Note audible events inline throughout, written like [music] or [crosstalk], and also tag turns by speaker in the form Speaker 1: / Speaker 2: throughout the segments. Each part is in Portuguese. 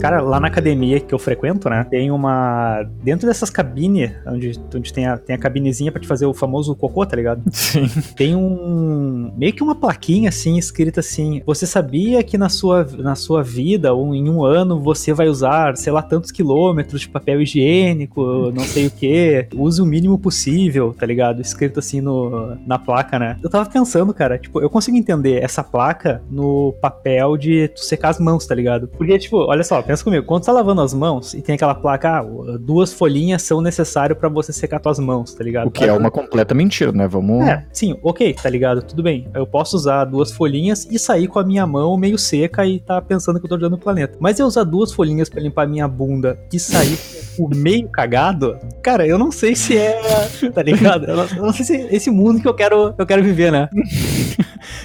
Speaker 1: Cara, lá na academia que eu frequento, né? Tem uma. Dentro dessas cabines, onde, onde tem, a, tem a cabinezinha pra te fazer o famoso cocô, tá ligado?
Speaker 2: Sim.
Speaker 1: Tem um. Meio que uma plaquinha assim, escrita assim. Você sabia que na sua, na sua vida, ou em um ano, você vai usar, sei lá, tantos quilômetros de papel higiênico, não sei o quê. Use o mínimo possível, tá ligado? Escrito assim no, na placa, né? Eu tava pensando, cara, tipo, eu consigo entender essa placa no papel de tu secar as mãos, tá ligado? Porque, tipo, olha só, pensa comigo, quando tu tá lavando as mãos e tem aquela placa, ah, duas folhinhas são necessárias pra você secar tuas mãos, tá ligado?
Speaker 2: O que é uma completa mentira, né? Vamos.
Speaker 1: É, sim, ok, tá ligado? Tudo bem. Eu posso usar duas folhinhas e sair com a minha mão meio seca e tá pensando que eu tô ajudando o planeta. Mas eu usar duas folhinhas pra limpar minha bunda e sair com o meio cagado, cara, eu não sei se é. Tá ligado? Eu não, eu não sei se é esse mundo que eu quero, que eu quero viver, né?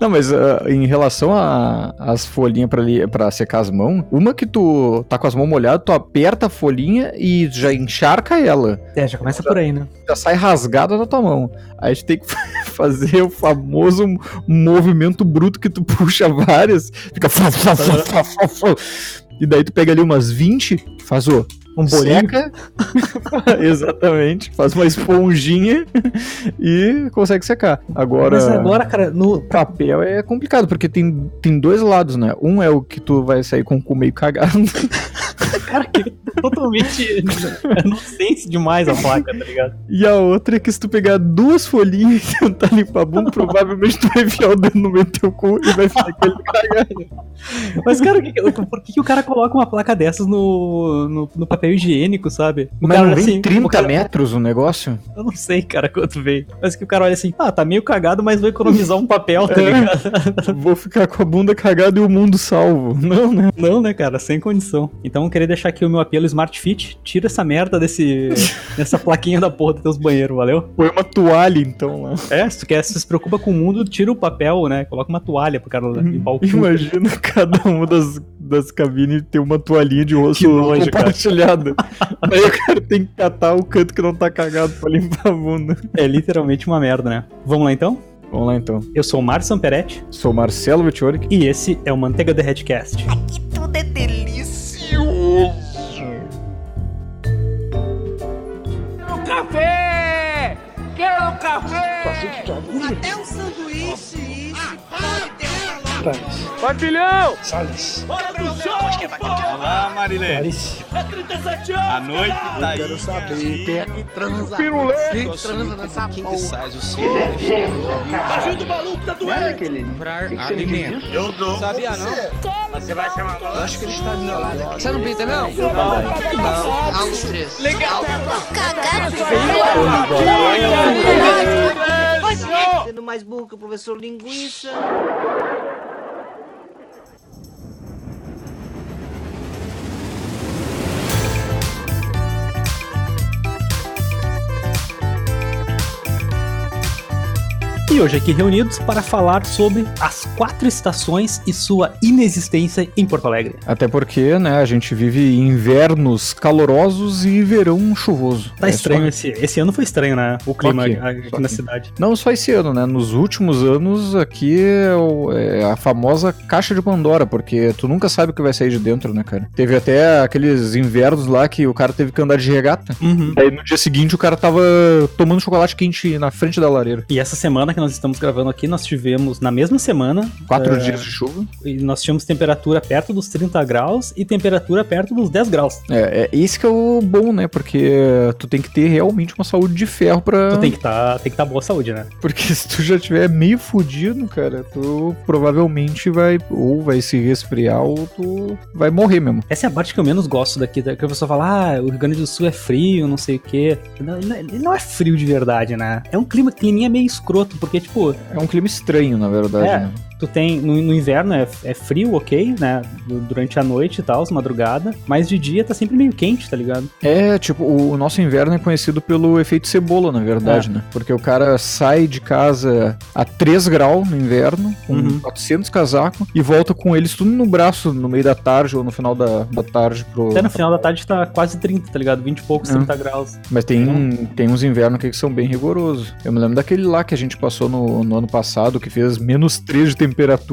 Speaker 2: Não, mas ah, em relação a- às folhinhas pra, li- pra secar as mãos, uma que tu tá com as mãos molhadas, tu aperta a folhinha e já encharca ela.
Speaker 1: É, já começa por aí, né?
Speaker 2: Já sai rasgada da tua mão. Aí a gente tem que [laughs] fazer o famoso movimento bruto que tu [laughs] puxa várias, fica. fu- fu- fu- fu- fu- fu. E daí tu pega ali umas 20, faz o
Speaker 1: Um bolinho. [laughs]
Speaker 2: Seca. [laughs] Exatamente. Faz uma esponjinha [laughs] e consegue secar. Agora,
Speaker 1: Mas é agora, cara, no, [laughs]
Speaker 2: papel é complicado, porque tem, tem dois lados, né? Um é o que tu vai sair com o cu meio cagado. [laughs]
Speaker 1: Cara, que totalmente [laughs] nonsense demais a placa, tá ligado?
Speaker 2: E a outra é que se tu pegar duas folhinhas [laughs] e tentar limpar a bunda, provavelmente tu vai enfiar o dedo no meio do teu cu e vai ficar com ele cagado.
Speaker 1: Mas, cara, o que que- por que, que o cara coloca uma placa dessas no, no, no papel higiênico, sabe? O
Speaker 2: [laughs] Mas
Speaker 1: cara
Speaker 2: não
Speaker 1: olha
Speaker 2: vem
Speaker 1: assim,
Speaker 2: 30
Speaker 1: o cara-
Speaker 2: metros o negócio?
Speaker 1: Eu não sei, cara, quanto veio. Mas que o cara olha assim, ah, tá meio cagado, mas vou economizar um papel, tá
Speaker 2: [laughs] É.
Speaker 1: ligado?
Speaker 2: [laughs] Vou ficar com a bunda cagada e o mundo salvo. Não, né?
Speaker 1: Não, né, cara, sem condição. Então eu queria deixar aqui o meu apelo Smart Fit. Tira essa merda
Speaker 2: [laughs]
Speaker 1: desse, dessa plaquinha da porra dos teus banheiros, valeu?
Speaker 2: Põe uma toalha então lá.
Speaker 1: É, se tu quer, se tu se preocupa com o mundo, tira o papel, né? Coloca uma toalha pro
Speaker 2: Uhum. Tá
Speaker 1: cara limpar o cu.
Speaker 2: Imagina cada uma das, das cabines ter uma toalhinha de rosto
Speaker 1: Que nojo, cara.
Speaker 2: compartilhada. Aí o cara tem que catar o canto que não tá cagado pra limpar a bunda.
Speaker 1: É literalmente uma merda, né? Vamos lá então?
Speaker 2: Vamos lá então.
Speaker 1: Eu sou o Mário Samperetti
Speaker 2: Sou Marcelo Vitioric.
Speaker 1: e esse é o Manteiga The Headcast.
Speaker 3: Aqui tudo é delicioso.
Speaker 4: Quero café! Quero café!
Speaker 5: Bastante agulha.
Speaker 6: Até um sanduíche, isso pode ter uma
Speaker 5: Paris,
Speaker 4: Pavilhão!
Speaker 5: Salles,
Speaker 7: Olá, Marilene.
Speaker 5: Paris.
Speaker 7: A noite tá aí.
Speaker 6: quero saber quem é que transa.
Speaker 4: Pirulê!
Speaker 6: Quem transa nessa porra?
Speaker 7: Faz o seu. Eu dou.
Speaker 8: Sabia não?
Speaker 5: Eu acho que ele está violado aqui.
Speaker 8: Você não pinta não?
Speaker 6: Aos três.
Speaker 4: Senhor!
Speaker 6: Tendo mais burro professor linguiça.
Speaker 1: E hoje aqui reunidos para falar sobre as quatro estações e sua inexistência em Porto Alegre.
Speaker 2: Até porque, né, a gente vive invernos calorosos e verão chuvoso.
Speaker 1: Tá
Speaker 2: É
Speaker 1: estranho
Speaker 2: só-
Speaker 1: esse, esse ano foi estranho, né? O clima
Speaker 2: aqui,
Speaker 1: aqui,
Speaker 2: só
Speaker 1: na
Speaker 2: aqui. [laughs]
Speaker 1: cidade.
Speaker 2: Não só esse ano, né? Nos últimos anos aqui é o- é a famosa caixa de Pandora, porque tu nunca sabe o que vai sair de dentro, né, cara? Teve até aqueles invernos lá que o cara teve que andar de regata.
Speaker 1: Uhum.
Speaker 2: Daí no dia seguinte o cara tava tomando chocolate quente na frente da lareira.
Speaker 1: E essa semana que nós estamos gravando aqui, nós tivemos na mesma semana
Speaker 2: Quatro dias de chuva.
Speaker 1: e nós tínhamos temperatura perto dos 30 graus e temperatura perto dos 10 graus. Então
Speaker 2: É, é esse que é o bom, né? Porque tu tem que ter realmente uma saúde de ferro pra.
Speaker 1: Tu tem que tá, tem que tá boa saúde, né?
Speaker 2: Porque se tu já tiver meio fudido, cara, tu provavelmente vai ou vai se resfriar ou tu vai morrer mesmo.
Speaker 1: Essa é a parte que eu menos gosto daqui, da- que a pessoa fala, ah, o Rio Grande do Sul é frio, não sei o quê. Não, ele não é- ele não é frio de verdade, né? É um clima, climinha meio escroto, porque, tipo,
Speaker 2: É um clima estranho, na verdade.
Speaker 1: É.
Speaker 2: né?
Speaker 1: tu tem, no, no inverno é, é frio, ok, né? Du- Durante a noite e tal, as madrugada, mas de dia tá sempre meio quente, tá ligado?
Speaker 2: É, tipo, o, o nosso inverno é conhecido pelo efeito cebola, na
Speaker 1: É.
Speaker 2: verdade, né? Porque o cara sai de casa a 3 graus no inverno, com
Speaker 1: Uhum.
Speaker 2: 400 casacos, e volta com eles tudo no braço no meio da tarde ou no final da, da tarde pro.
Speaker 1: Até no final da tarde tá quase 30, tá ligado? 20 e poucos,
Speaker 2: É.
Speaker 1: 30 graus.
Speaker 2: Mas tem, um, tem uns invernos aqui que são bem rigorosos. Eu me lembro daquele lá que a gente passou no, no ano passado, que fez menos 3 de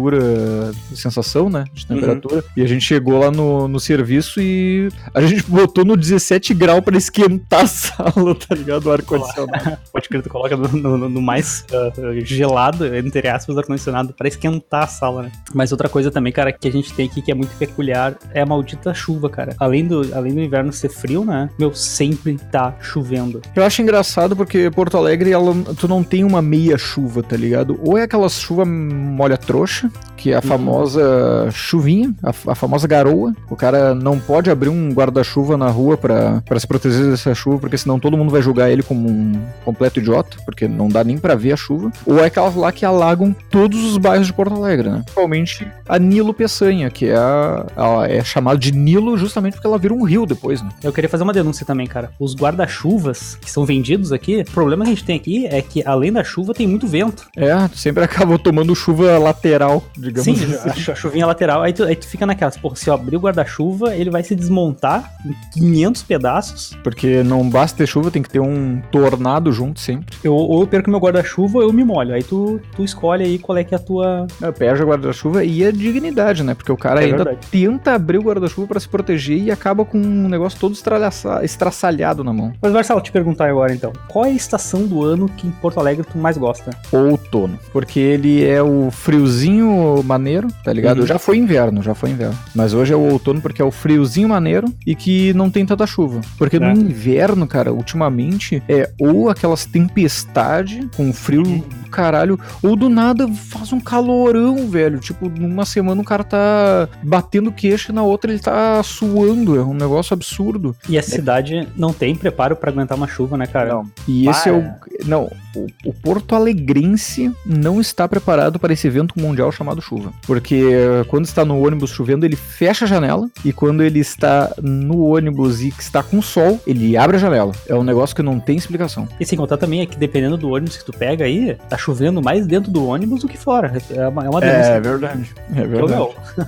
Speaker 2: temperatura, sensação, né? De temperatura. E a gente chegou lá no, no serviço e a gente botou no 17 graus pra esquentar a [laughs] sala, tá ligado? O ar-condicionado.
Speaker 1: Pode crer, tu coloca no, no- no mais ah, ah, gelado, entre aspas, ar-condicionado, pra esquentar a sala, né? Mas outra coisa também, cara, que a gente tem aqui que é muito peculiar é a maldita chuva, cara. Além do, além do inverno ser frio, né? Meu, sempre tá chovendo.
Speaker 2: Eu acho engraçado porque Porto Alegre, ela, tu não tem uma meia chuva, tá ligado? Ou é aquela chuva molha trouxa, que é a famosa chuvinha, a, a famosa garoa. O cara não pode abrir um guarda-chuva na rua pra pra se proteger dessa chuva, porque senão todo mundo vai julgar ele como um completo idiota, porque não dá nem pra ver a chuva. Ou é aquelas lá que alagam todos os bairros de Porto Alegre, né? Principalmente a Nilo Peçanha, que é, a, a- é chamada de Nilo justamente porque ela vira um rio depois, né?
Speaker 1: Eu queria fazer uma denúncia também, cara. Os guarda-chuvas que são vendidos aqui, o problema que a gente tem aqui é que além da chuva tem muito vento.
Speaker 2: É, tu sempre acabou tomando chuva lateral, digamos
Speaker 1: Sim, é.
Speaker 2: assim.
Speaker 1: [laughs] a, chu- a chuvinha lateral. Aí tu, aí tu fica naquelas, pô, se eu abrir o guarda-chuva, ele vai se desmontar em 500 pedaços.
Speaker 2: Porque não basta ter chuva, tem que ter um tornado junto sempre.
Speaker 1: Eu, ou eu perco meu guarda-chuva ou eu me molho. Aí tu, tu escolhe aí qual é que é a tua.
Speaker 2: É, Perde o guarda-chuva e a dignidade, né? Porque o cara
Speaker 1: É
Speaker 2: ainda
Speaker 1: verdade.
Speaker 2: tenta abrir o guarda-chuva pra se proteger e acaba com um negócio todo estralhaça- estraçalhado na mão.
Speaker 1: Mas Marcelo, te perguntar agora então. Qual é a estação do ano que em Porto Alegre tu mais gosta?
Speaker 2: Outono. Porque ele é o friozinho maneiro, tá ligado?
Speaker 1: Uhum.
Speaker 2: Já foi inverno, já foi inverno. Mas hoje é o outono porque é o friozinho maneiro e que não tem tanta chuva. Porque
Speaker 1: É.
Speaker 2: no inverno, cara, ultimamente é ou aquelas tempestades com frio
Speaker 1: Uhum.
Speaker 2: do caralho, ou do nada faz um calorão, velho. Tipo, numa semana o cara tá batendo queixo e na outra ele tá suando. É um negócio absurdo.
Speaker 1: E essa cidade não tem preparo pra aguentar uma chuva, né, cara?
Speaker 2: Não. E esse é o. Não, o, o Porto Alegrense não está preparado para esse evento mundial chamado chuva. Porque eh, quando está no ônibus chovendo, ele fecha a janela. E quando ele está no ônibus e que está com sol, ele abre a janela. É um negócio que não tem explicação.
Speaker 1: E sem contar também é que dependendo do ônibus que tu pega aí, tá chovendo mais dentro do ônibus do que fora. É uma, é uma denúncia.
Speaker 2: verdade. É
Speaker 1: Ô,
Speaker 2: verdade.
Speaker 1: meu, [laughs]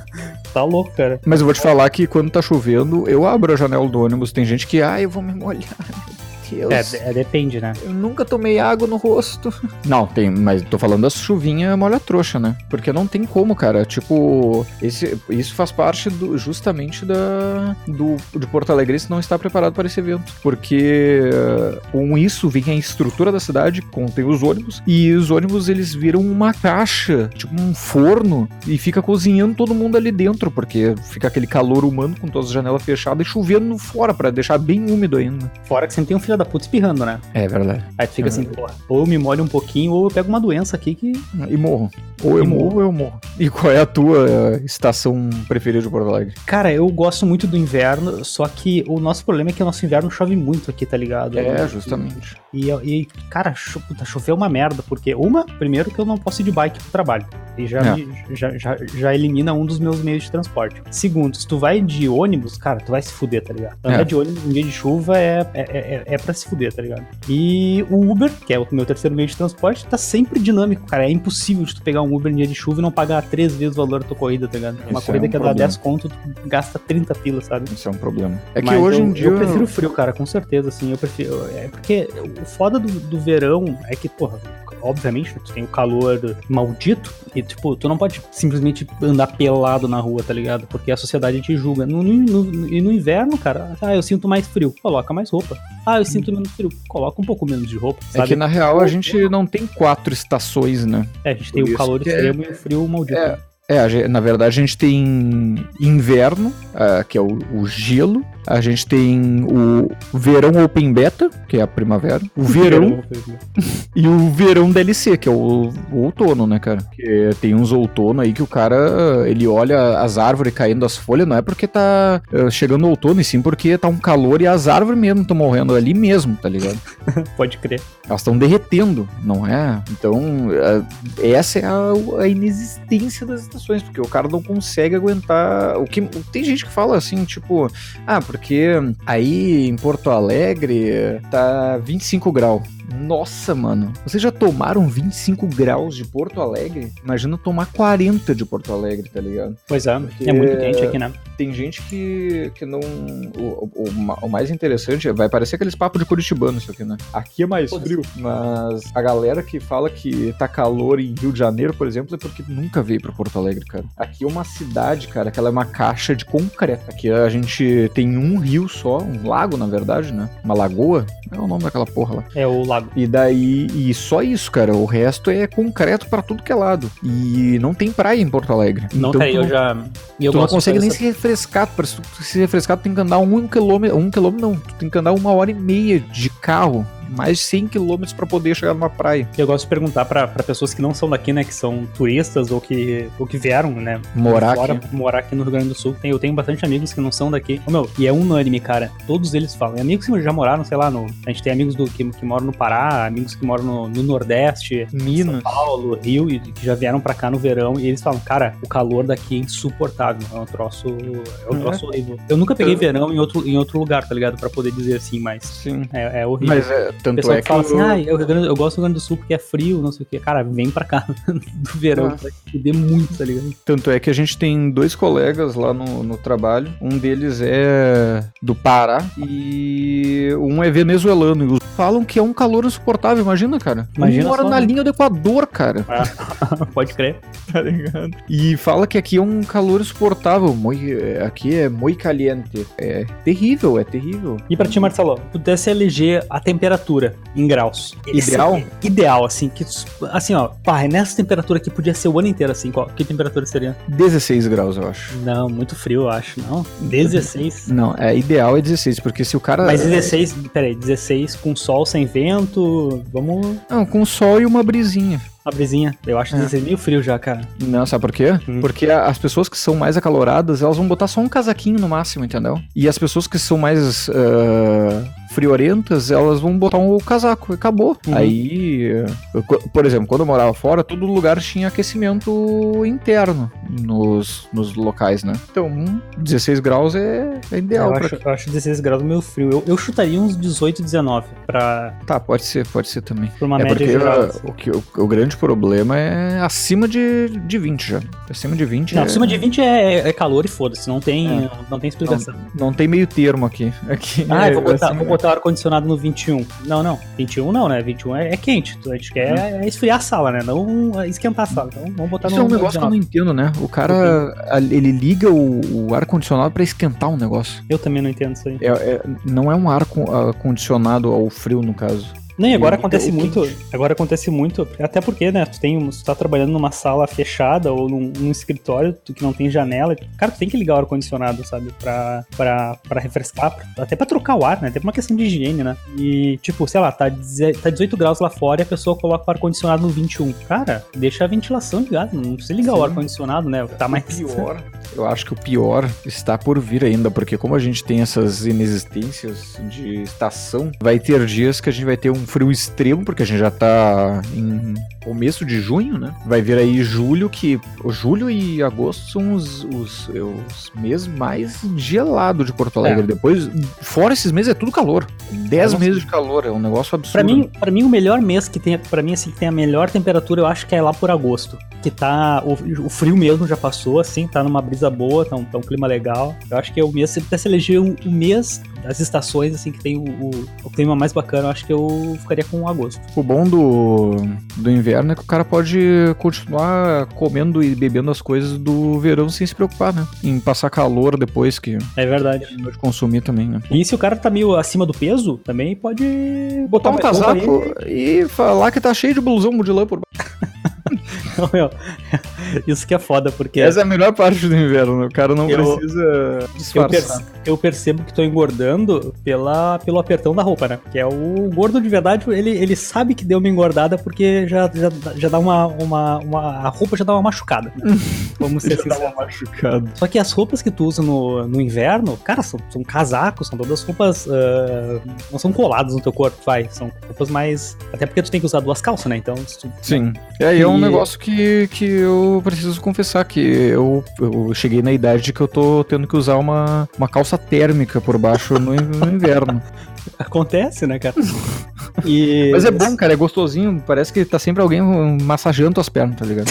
Speaker 1: tá louco, cara.
Speaker 2: Mas eu vou te falar que quando tá chovendo, eu abro a janela do ônibus. Tem gente que, ah, eu vou me molhar. Meu Deus.
Speaker 1: É, é, depende, né?
Speaker 2: Eu nunca tomei água no rosto. [laughs] Não, tem, mas tô falando da chuvinha molha trouxa, né? Porque não tem como, cara. Tipo, esse, isso faz parte do, justamente da, do, de Porto Alegre se não está preparado para esse evento. Porque eh, com isso vem a estrutura da cidade, contém os ônibus, e os ônibus eles viram uma caixa, tipo um forno, e fica cozinhando todo mundo ali dentro, porque fica aquele calor humano com todas as janelas fechadas e chovendo fora, pra deixar bem úmido ainda.
Speaker 1: Fora que sempre tem um filho da puta espirrando, né?
Speaker 2: É verdade.
Speaker 1: Aí tu fica assim,
Speaker 2: Uhum.
Speaker 1: pô, ou eu me molho um pouquinho, ou eu pego uma doença aqui que.
Speaker 2: E morro. Ou eu
Speaker 1: E
Speaker 2: morro, ou eu morro. E qual é a tua eh, estação preferida de Porto Alegre?
Speaker 1: Cara, eu gosto muito do inverno, só que o nosso problema é que o nosso inverno chove muito aqui, tá ligado?
Speaker 2: É, justamente.
Speaker 1: E, e, cara, cho, puta, chover é uma merda, porque uma, primeiro que eu não posso ir de bike pro trabalho. E já,
Speaker 2: É.
Speaker 1: me- já, já, já elimina um dos meus meios de transporte. Segundo, se tu vai de ônibus, cara, tu vai se fuder, tá ligado? Andar
Speaker 2: É.
Speaker 1: de ônibus em dia de chuva é, é, é, é pra se fuder, tá ligado? E o Uber, que é o meu terceiro meio de transporte, tá sempre dinâmico, cara. É impossível de tu pegar um Uber em dia de chuva e não pagar três vezes o valor da tua corrida, tá ligado? Uma
Speaker 2: Isso é
Speaker 1: corrida
Speaker 2: um
Speaker 1: que dá
Speaker 2: problema.
Speaker 1: 10 conto, tu gasta 30 pilas, sabe?
Speaker 2: Isso é um problema. É que
Speaker 1: Mas
Speaker 2: hoje
Speaker 1: eu,
Speaker 2: em dia. é
Speaker 1: Eu prefiro frio, cara, com certeza, assim. Eu prefiro. É porque o foda do, do verão é que, porra. Obviamente, tu tem o calor maldito e, tipo, tu não pode simplesmente andar pelado na rua, tá ligado? Porque a sociedade te julga. No, no- no- e no inverno, cara, ah, eu sinto mais frio, coloca mais roupa. Ah, eu sinto menos frio, coloca um pouco menos de roupa,
Speaker 2: É
Speaker 1: sabe?
Speaker 2: que na real a gente não tem quatro estações, né?
Speaker 1: É, a gente tem
Speaker 2: por
Speaker 1: o
Speaker 2: isso
Speaker 1: calor
Speaker 2: que é-
Speaker 1: extremo e o frio maldito.
Speaker 2: É, É, a gen- na verdade a gente tem inverno, ah, que é o, o gelo. A gente tem o verão open beta, que é a primavera. O verão E o verão DLC, que é o, o outono, né, cara? Porque tem uns outono aí que o cara, ele olha as árvores caindo as folhas, não é porque tá eh, chegando o outono, e sim porque tá um calor e as árvores mesmo estão morrendo ali mesmo, tá ligado?
Speaker 1: Pode crer.
Speaker 2: Elas estão derretendo, não é? Então, eh, essa é a, a inexistência das estações, porque o cara não consegue aguentar. O que o- tem gente que fala assim, tipo, ah, porque aí em Porto Alegre tá 25 graus. Nossa, mano. Vocês já tomaram 25 graus de Porto Alegre? Imagina tomar 40 de Porto Alegre, tá ligado?
Speaker 1: Pois é, é muito quente aqui, né?
Speaker 2: Tem gente que, que não. O, o- o ma- o mais interessante é- vai parecer aqueles papos de Curitibano, isso aqui, né? Aqui é mais frio. Mas a galera que fala que tá calor em Rio de Janeiro, por exemplo, é porque nunca veio pra Porto Alegre, cara. Aqui é uma cidade, cara, que ela é uma caixa de concreto. Aqui a gente tem um rio só, um lago, na verdade, né? Uma lagoa. É o nome daquela porra lá.
Speaker 1: É o lago.
Speaker 2: E daí, e só isso, cara. O resto é concreto pra tudo que é lado. E não tem praia em Porto Alegre.
Speaker 1: Não,
Speaker 2: então,
Speaker 1: cara,
Speaker 2: tu,
Speaker 1: eu já. e Eu
Speaker 2: tu não
Speaker 1: gosto de
Speaker 2: consegue nem
Speaker 1: fazer
Speaker 2: se refrescar. Pra se tu se refrescar, tu tem que andar um quilômetro. Um quilômetro não. Tu tem que andar uma hora e meia de carro. Mais de 100 quilômetros pra poder chegar numa praia.
Speaker 1: essa- Eu gosto de perguntar pra, pra pessoas que não são daqui, né? Que são turistas ou que, ou que vieram, né?
Speaker 2: Morar
Speaker 1: fora,
Speaker 2: aqui.
Speaker 1: morar aqui no Rio Grande do Sul. Tem- Eu tenho bastante amigos que não são daqui. Ô, meu, e é unânime, cara. Todos eles falam. E amigos que já moraram, sei lá, no. A gente tem amigos do, que, que moram no Pará, amigos que moram no, no Nordeste,
Speaker 2: Minas.
Speaker 1: São Paulo, Rio, e que já vieram pra cá no verão. E eles falam, cara, o calor daqui é insuportável. É um troço. É um
Speaker 2: É.
Speaker 1: troço horrível. Eu nunca peguei verão em outro, em outro lugar, tá ligado? Pra poder dizer assim, mas.
Speaker 2: Sim.
Speaker 1: É, é horrível.
Speaker 2: Mas é,
Speaker 1: O
Speaker 2: tanto
Speaker 1: pessoal que
Speaker 2: é que.
Speaker 1: fala assim,
Speaker 2: eu-
Speaker 1: ah, eu, Rio Grande- eu gosto do Rio Grande do Sul porque é frio, não sei o quê. Cara, vem pra cá [laughs] do verão,
Speaker 2: Ah.
Speaker 1: vai fuder muito, tá
Speaker 2: [laughs]
Speaker 1: ligado?
Speaker 2: Tanto é que a gente tem dois colegas lá no, no trabalho. Um deles é do Pará e um é venezuelano. E os falam que é um calor insuportável, imagina, cara.
Speaker 1: Imagina
Speaker 2: Uma hora
Speaker 1: só,
Speaker 2: na
Speaker 1: né?
Speaker 2: linha do Equador, cara.
Speaker 1: Pode crer.
Speaker 2: Tá ligado? E fala que aqui é um calor insuportável. Moi- é, aqui é muito caliente. É terrível, é terrível.
Speaker 1: E pra ti, Marcelo, pudesse eleger a temperatura em graus.
Speaker 2: Ideal?
Speaker 1: Esse- ideal, assim, que assim, ó, pá, é nessa temperatura aqui podia ser o ano inteiro assim, qual que temperatura seria?
Speaker 2: 16 graus, eu acho.
Speaker 1: Não, muito frio, eu acho, não. 16.
Speaker 2: Não, é ideal é 16, porque se o cara.
Speaker 1: Mas 16, peraí, 16 com sol sem vento, vamos
Speaker 2: Não, com sol e uma brisinha.
Speaker 1: a brisinha. Eu acho
Speaker 2: É.
Speaker 1: 16 meio frio já, cara.
Speaker 2: Não, sabe por quê?
Speaker 1: Hum.
Speaker 2: Porque a- as pessoas que são mais acaloradas, elas vão botar só um casaquinho no máximo, entendeu? E as pessoas que são mais ah, friorentas, elas vão botar um casaco. Acabou.
Speaker 1: Uhum.
Speaker 2: Aí, eh, co- por exemplo, quando eu morava fora, todo lugar tinha aquecimento interno nos, nos locais, né? Então, 16 graus é, é ideal
Speaker 1: eu,
Speaker 2: pra
Speaker 1: acho, eu acho 16 graus meio frio. Eu, eu chutaria uns 18, 19 pra,
Speaker 2: Tá, pode ser, pode ser também.
Speaker 1: pra uma
Speaker 2: é
Speaker 1: média
Speaker 2: porque
Speaker 1: geral.
Speaker 2: ah,
Speaker 1: assim.
Speaker 2: o, que- o, o grande problema é acima de, de 20 já. Acima de 20
Speaker 1: Não,
Speaker 2: é...
Speaker 1: acima de 20 é, é calor e foda-se, não tem,
Speaker 2: É.
Speaker 1: não tem explicação.
Speaker 2: Não tem meio termo aqui. aqui
Speaker 1: Ah,
Speaker 2: é
Speaker 1: eu vou botar,
Speaker 2: assim,
Speaker 1: vou botar o ar-condicionado no 21. Não, não. 21 não, né? 21 é, é quente. A gente quer é esfriar a sala, né? Não esquentar a sala. Então vamos botar
Speaker 2: Uhum. Isso
Speaker 1: no
Speaker 2: é um negócio que eu não
Speaker 1: 19.
Speaker 2: entendo, né? O cara, a- ele liga o, o ar-condicionado pra esquentar um negócio.
Speaker 1: Eu também não entendo isso aí.
Speaker 2: É, é- não é um ar-condicionado ao frio, no caso.
Speaker 1: Não, e agora
Speaker 2: Eu-
Speaker 1: acontece
Speaker 2: eu-
Speaker 1: muito. Agora acontece muito. Até porque, né? Tu, tem, um- tu tá trabalhando numa sala fechada ou num, num escritório tu, que não tem janela. Cara, tu tem que ligar o ar-condicionado, sabe? Pra, pra, pra refrescar. pra- até pra trocar o ar, né? Tem uma questão de higiene, né? E, tipo, sei lá, tá, deze- tá 18 graus lá fora e a pessoa coloca o ar-condicionado no 21. Cara, deixa a ventilação ligada. Não precisa ligar o
Speaker 2: Sim.
Speaker 1: ar-condicionado, né? Tá mais.
Speaker 2: Eu acho que o pior está por vir ainda, porque como a gente tem essas inexistências de estação, vai ter dias que a gente vai ter um frio extremo, porque a gente já tá em começo de junho, né? Vai vir aí julho, que o julho e agosto são os, os, é, os meses mais gelados de Porto Alegre. Depois, fora esses meses, é tudo calor. Dez
Speaker 1: É. Nossa.
Speaker 2: meses de calor, é um negócio absurdo.
Speaker 1: Pra mim, pra mim, o melhor mês que tem, para mim assim que tem a melhor temperatura, eu acho que é lá por agosto, que tá o, o frio mesmo já passou assim, tá numa brisa boa, tá um, tá um clima legal. Eu acho que é o mês, se até se eleger um, um mês das estações assim que tem o, o- o clima mais bacana, eu acho que eu ficaria com o agosto.
Speaker 2: O bom do, do inverno é que o cara pode continuar comendo e bebendo as coisas do verão sem se preocupar, né? Em passar calor depois que
Speaker 1: É verdade.
Speaker 2: pode consumir também, né?
Speaker 1: E se o cara tá meio acima do peso, também pode botar
Speaker 2: Botar um
Speaker 1: mais roupa aí. [laughs]
Speaker 2: casaco e falar que tá cheio de blusão de lã por baixo.
Speaker 1: Não, meu. Isso que é foda, porque
Speaker 2: Essa é a melhor parte do inverno, né? O cara não
Speaker 1: Eu-
Speaker 2: precisa
Speaker 1: Eu,
Speaker 2: disfarçar.
Speaker 1: perce- eu percebo que tô engordando pela, pelo apertão da roupa, né? Que é o gordo de verdade, ele, ele sabe que deu uma engordada porque já, já, já dá uma, uma, uma. A roupa já dá uma machucada. né? Vamos ser sinceros.
Speaker 2: machucado.
Speaker 1: Só que as roupas que tu usa no, no inverno, cara, são, são casacos, são todas roupas. ah, não são coladas no teu corpo, vai. São roupas mais. Até porque tu tem que usar duas calças, né? Então, se tu-
Speaker 2: Sim. É, aí é um
Speaker 1: E-
Speaker 2: negócio que, que eu preciso confessar, que eu, eu cheguei na idade de que eu tô tendo que usar uma, uma calça térmica por baixo no, in- no inverno.
Speaker 1: [laughs] acontece, né, cara? E-
Speaker 2: Mas é bom, cara, é gostosinho, parece que tá sempre alguém massageando tuas pernas, tá ligado?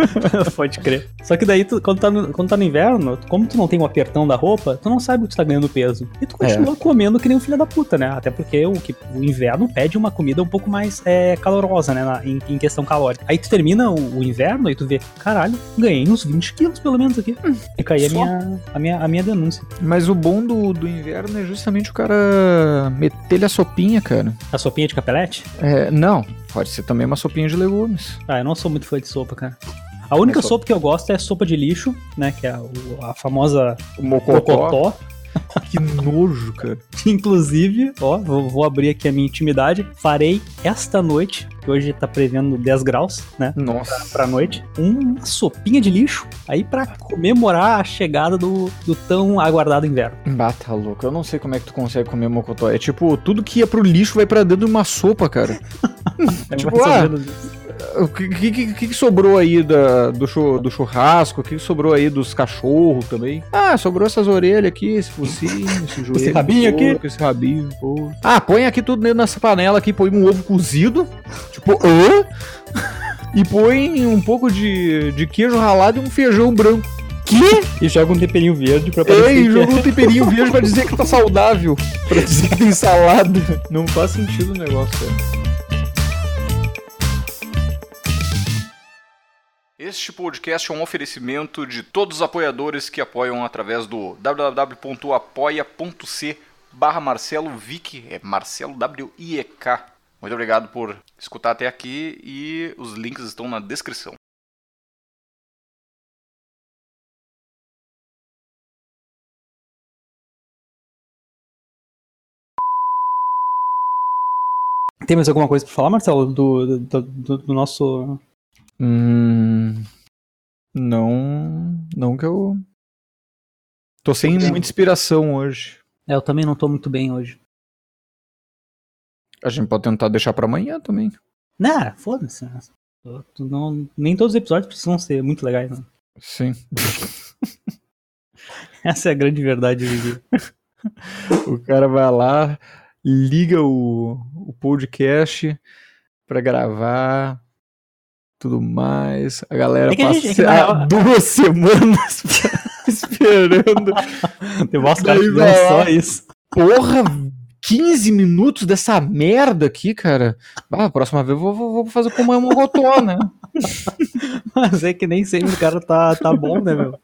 Speaker 1: [laughs] Pode crer. Só que daí, tu- quando, tá no, quando tá no inverno, tu- como tu não tem o apertão da roupa, tu não sabe o que tu tá ganhando peso. E tu continua comendo que nem um filho da puta, né? Até porque o, que, o inverno pede uma comida um pouco mais é, calorosa, né? na- em, em questão calórica. Aí tu termina o, o inverno e tu vê, caralho, ganhei uns 20 quilos pelo menos aqui. Fica aí a minha, a, minha, a minha denúncia.
Speaker 2: Mas o bom do, do inverno é justamente o cara meter-lhe a sopinha, cara.
Speaker 1: A sopinha de capelete?
Speaker 2: É, não, pode ser também uma sopinha de legumes.
Speaker 1: Ah, eu não sou muito fã de sopa, cara. A única
Speaker 2: É sopa.
Speaker 1: sopa. que eu gosto é sopa de lixo, né? Que é a, o- a famosa
Speaker 2: O mocotó.
Speaker 1: cocotó.
Speaker 2: Que nojo, cara.
Speaker 1: [laughs] Inclusive, ó, vou, vou abrir aqui a minha intimidade. Farei esta noite, que hoje tá prevendo 10 graus, né?
Speaker 2: Nossa.
Speaker 1: Pra noite, uma sopinha de lixo aí pra comemorar a chegada do, do tão aguardado inverno.
Speaker 2: Bah, tá louco. Eu não sei como é que tu consegue comer mocotó. É tipo, tudo que ia pro lixo vai pra dentro de uma sopa, [laughs] cara.
Speaker 1: É
Speaker 2: Tipo,
Speaker 1: mais ou
Speaker 2: ah,
Speaker 1: menos isso.
Speaker 2: O que, que- que- que- que sobrou aí da, do, chu- do churrasco? O que, que sobrou aí dos cachorros também? Ah, sobrou essas orelhas aqui, esse focinho, esse joelho. do
Speaker 1: rabinho aqui.
Speaker 2: porco, Esse rabinho, do porco. Ah, põe aqui tudo dentro dessa panela aqui, põe um ovo cozido. Tipo, hã? [laughs] E põe um pouco de, de queijo ralado e um feijão branco. Que?
Speaker 1: e joga um temperinho verde pra
Speaker 2: Ei,
Speaker 1: que-
Speaker 2: jogou um temperinho verde pra dizer que tá saudável. Pra dizer que tem salada. Não faz sentido o negócio, cara. Este podcast é um oferecimento de todos os apoiadores que apoiam através do www.apoia.c barra Marcelo Vick, é Marcelo W-I-E-K. Muito obrigado por escutar até aqui e os links estão na descrição.
Speaker 1: Tem mais alguma coisa pra falar, Marcelo, do, do, do- do nosso...
Speaker 2: Hum, não, não que eu tô sem muita inspiração hoje.
Speaker 1: É, eu também não tô muito bem hoje.
Speaker 2: A gente pode tentar deixar pra amanhã também.
Speaker 1: Não, Né, foda-se. Eu- tu Não, nem todos os episódios precisam ser muito legais, né? não.
Speaker 2: Sim.
Speaker 1: [laughs] Essa é a grande verdade, Vivi.
Speaker 2: O cara vai lá, liga o, o podcast pra gravar, tudo mais. A galera
Speaker 1: É que a
Speaker 2: passa
Speaker 1: gente- é que na
Speaker 2: ah,
Speaker 1: real-
Speaker 2: duas [laughs] semanas esperando.
Speaker 1: Tem vários caras que
Speaker 2: Daí vai
Speaker 1: fizeram
Speaker 2: lá.
Speaker 1: só isso.
Speaker 2: Porra, 15 minutos dessa merda aqui, cara. Ah, a próxima vez eu vou, vou- vou fazer como é um gotó, né?
Speaker 1: [laughs] Mas é que nem sempre o cara tá, tá bom, né, meu?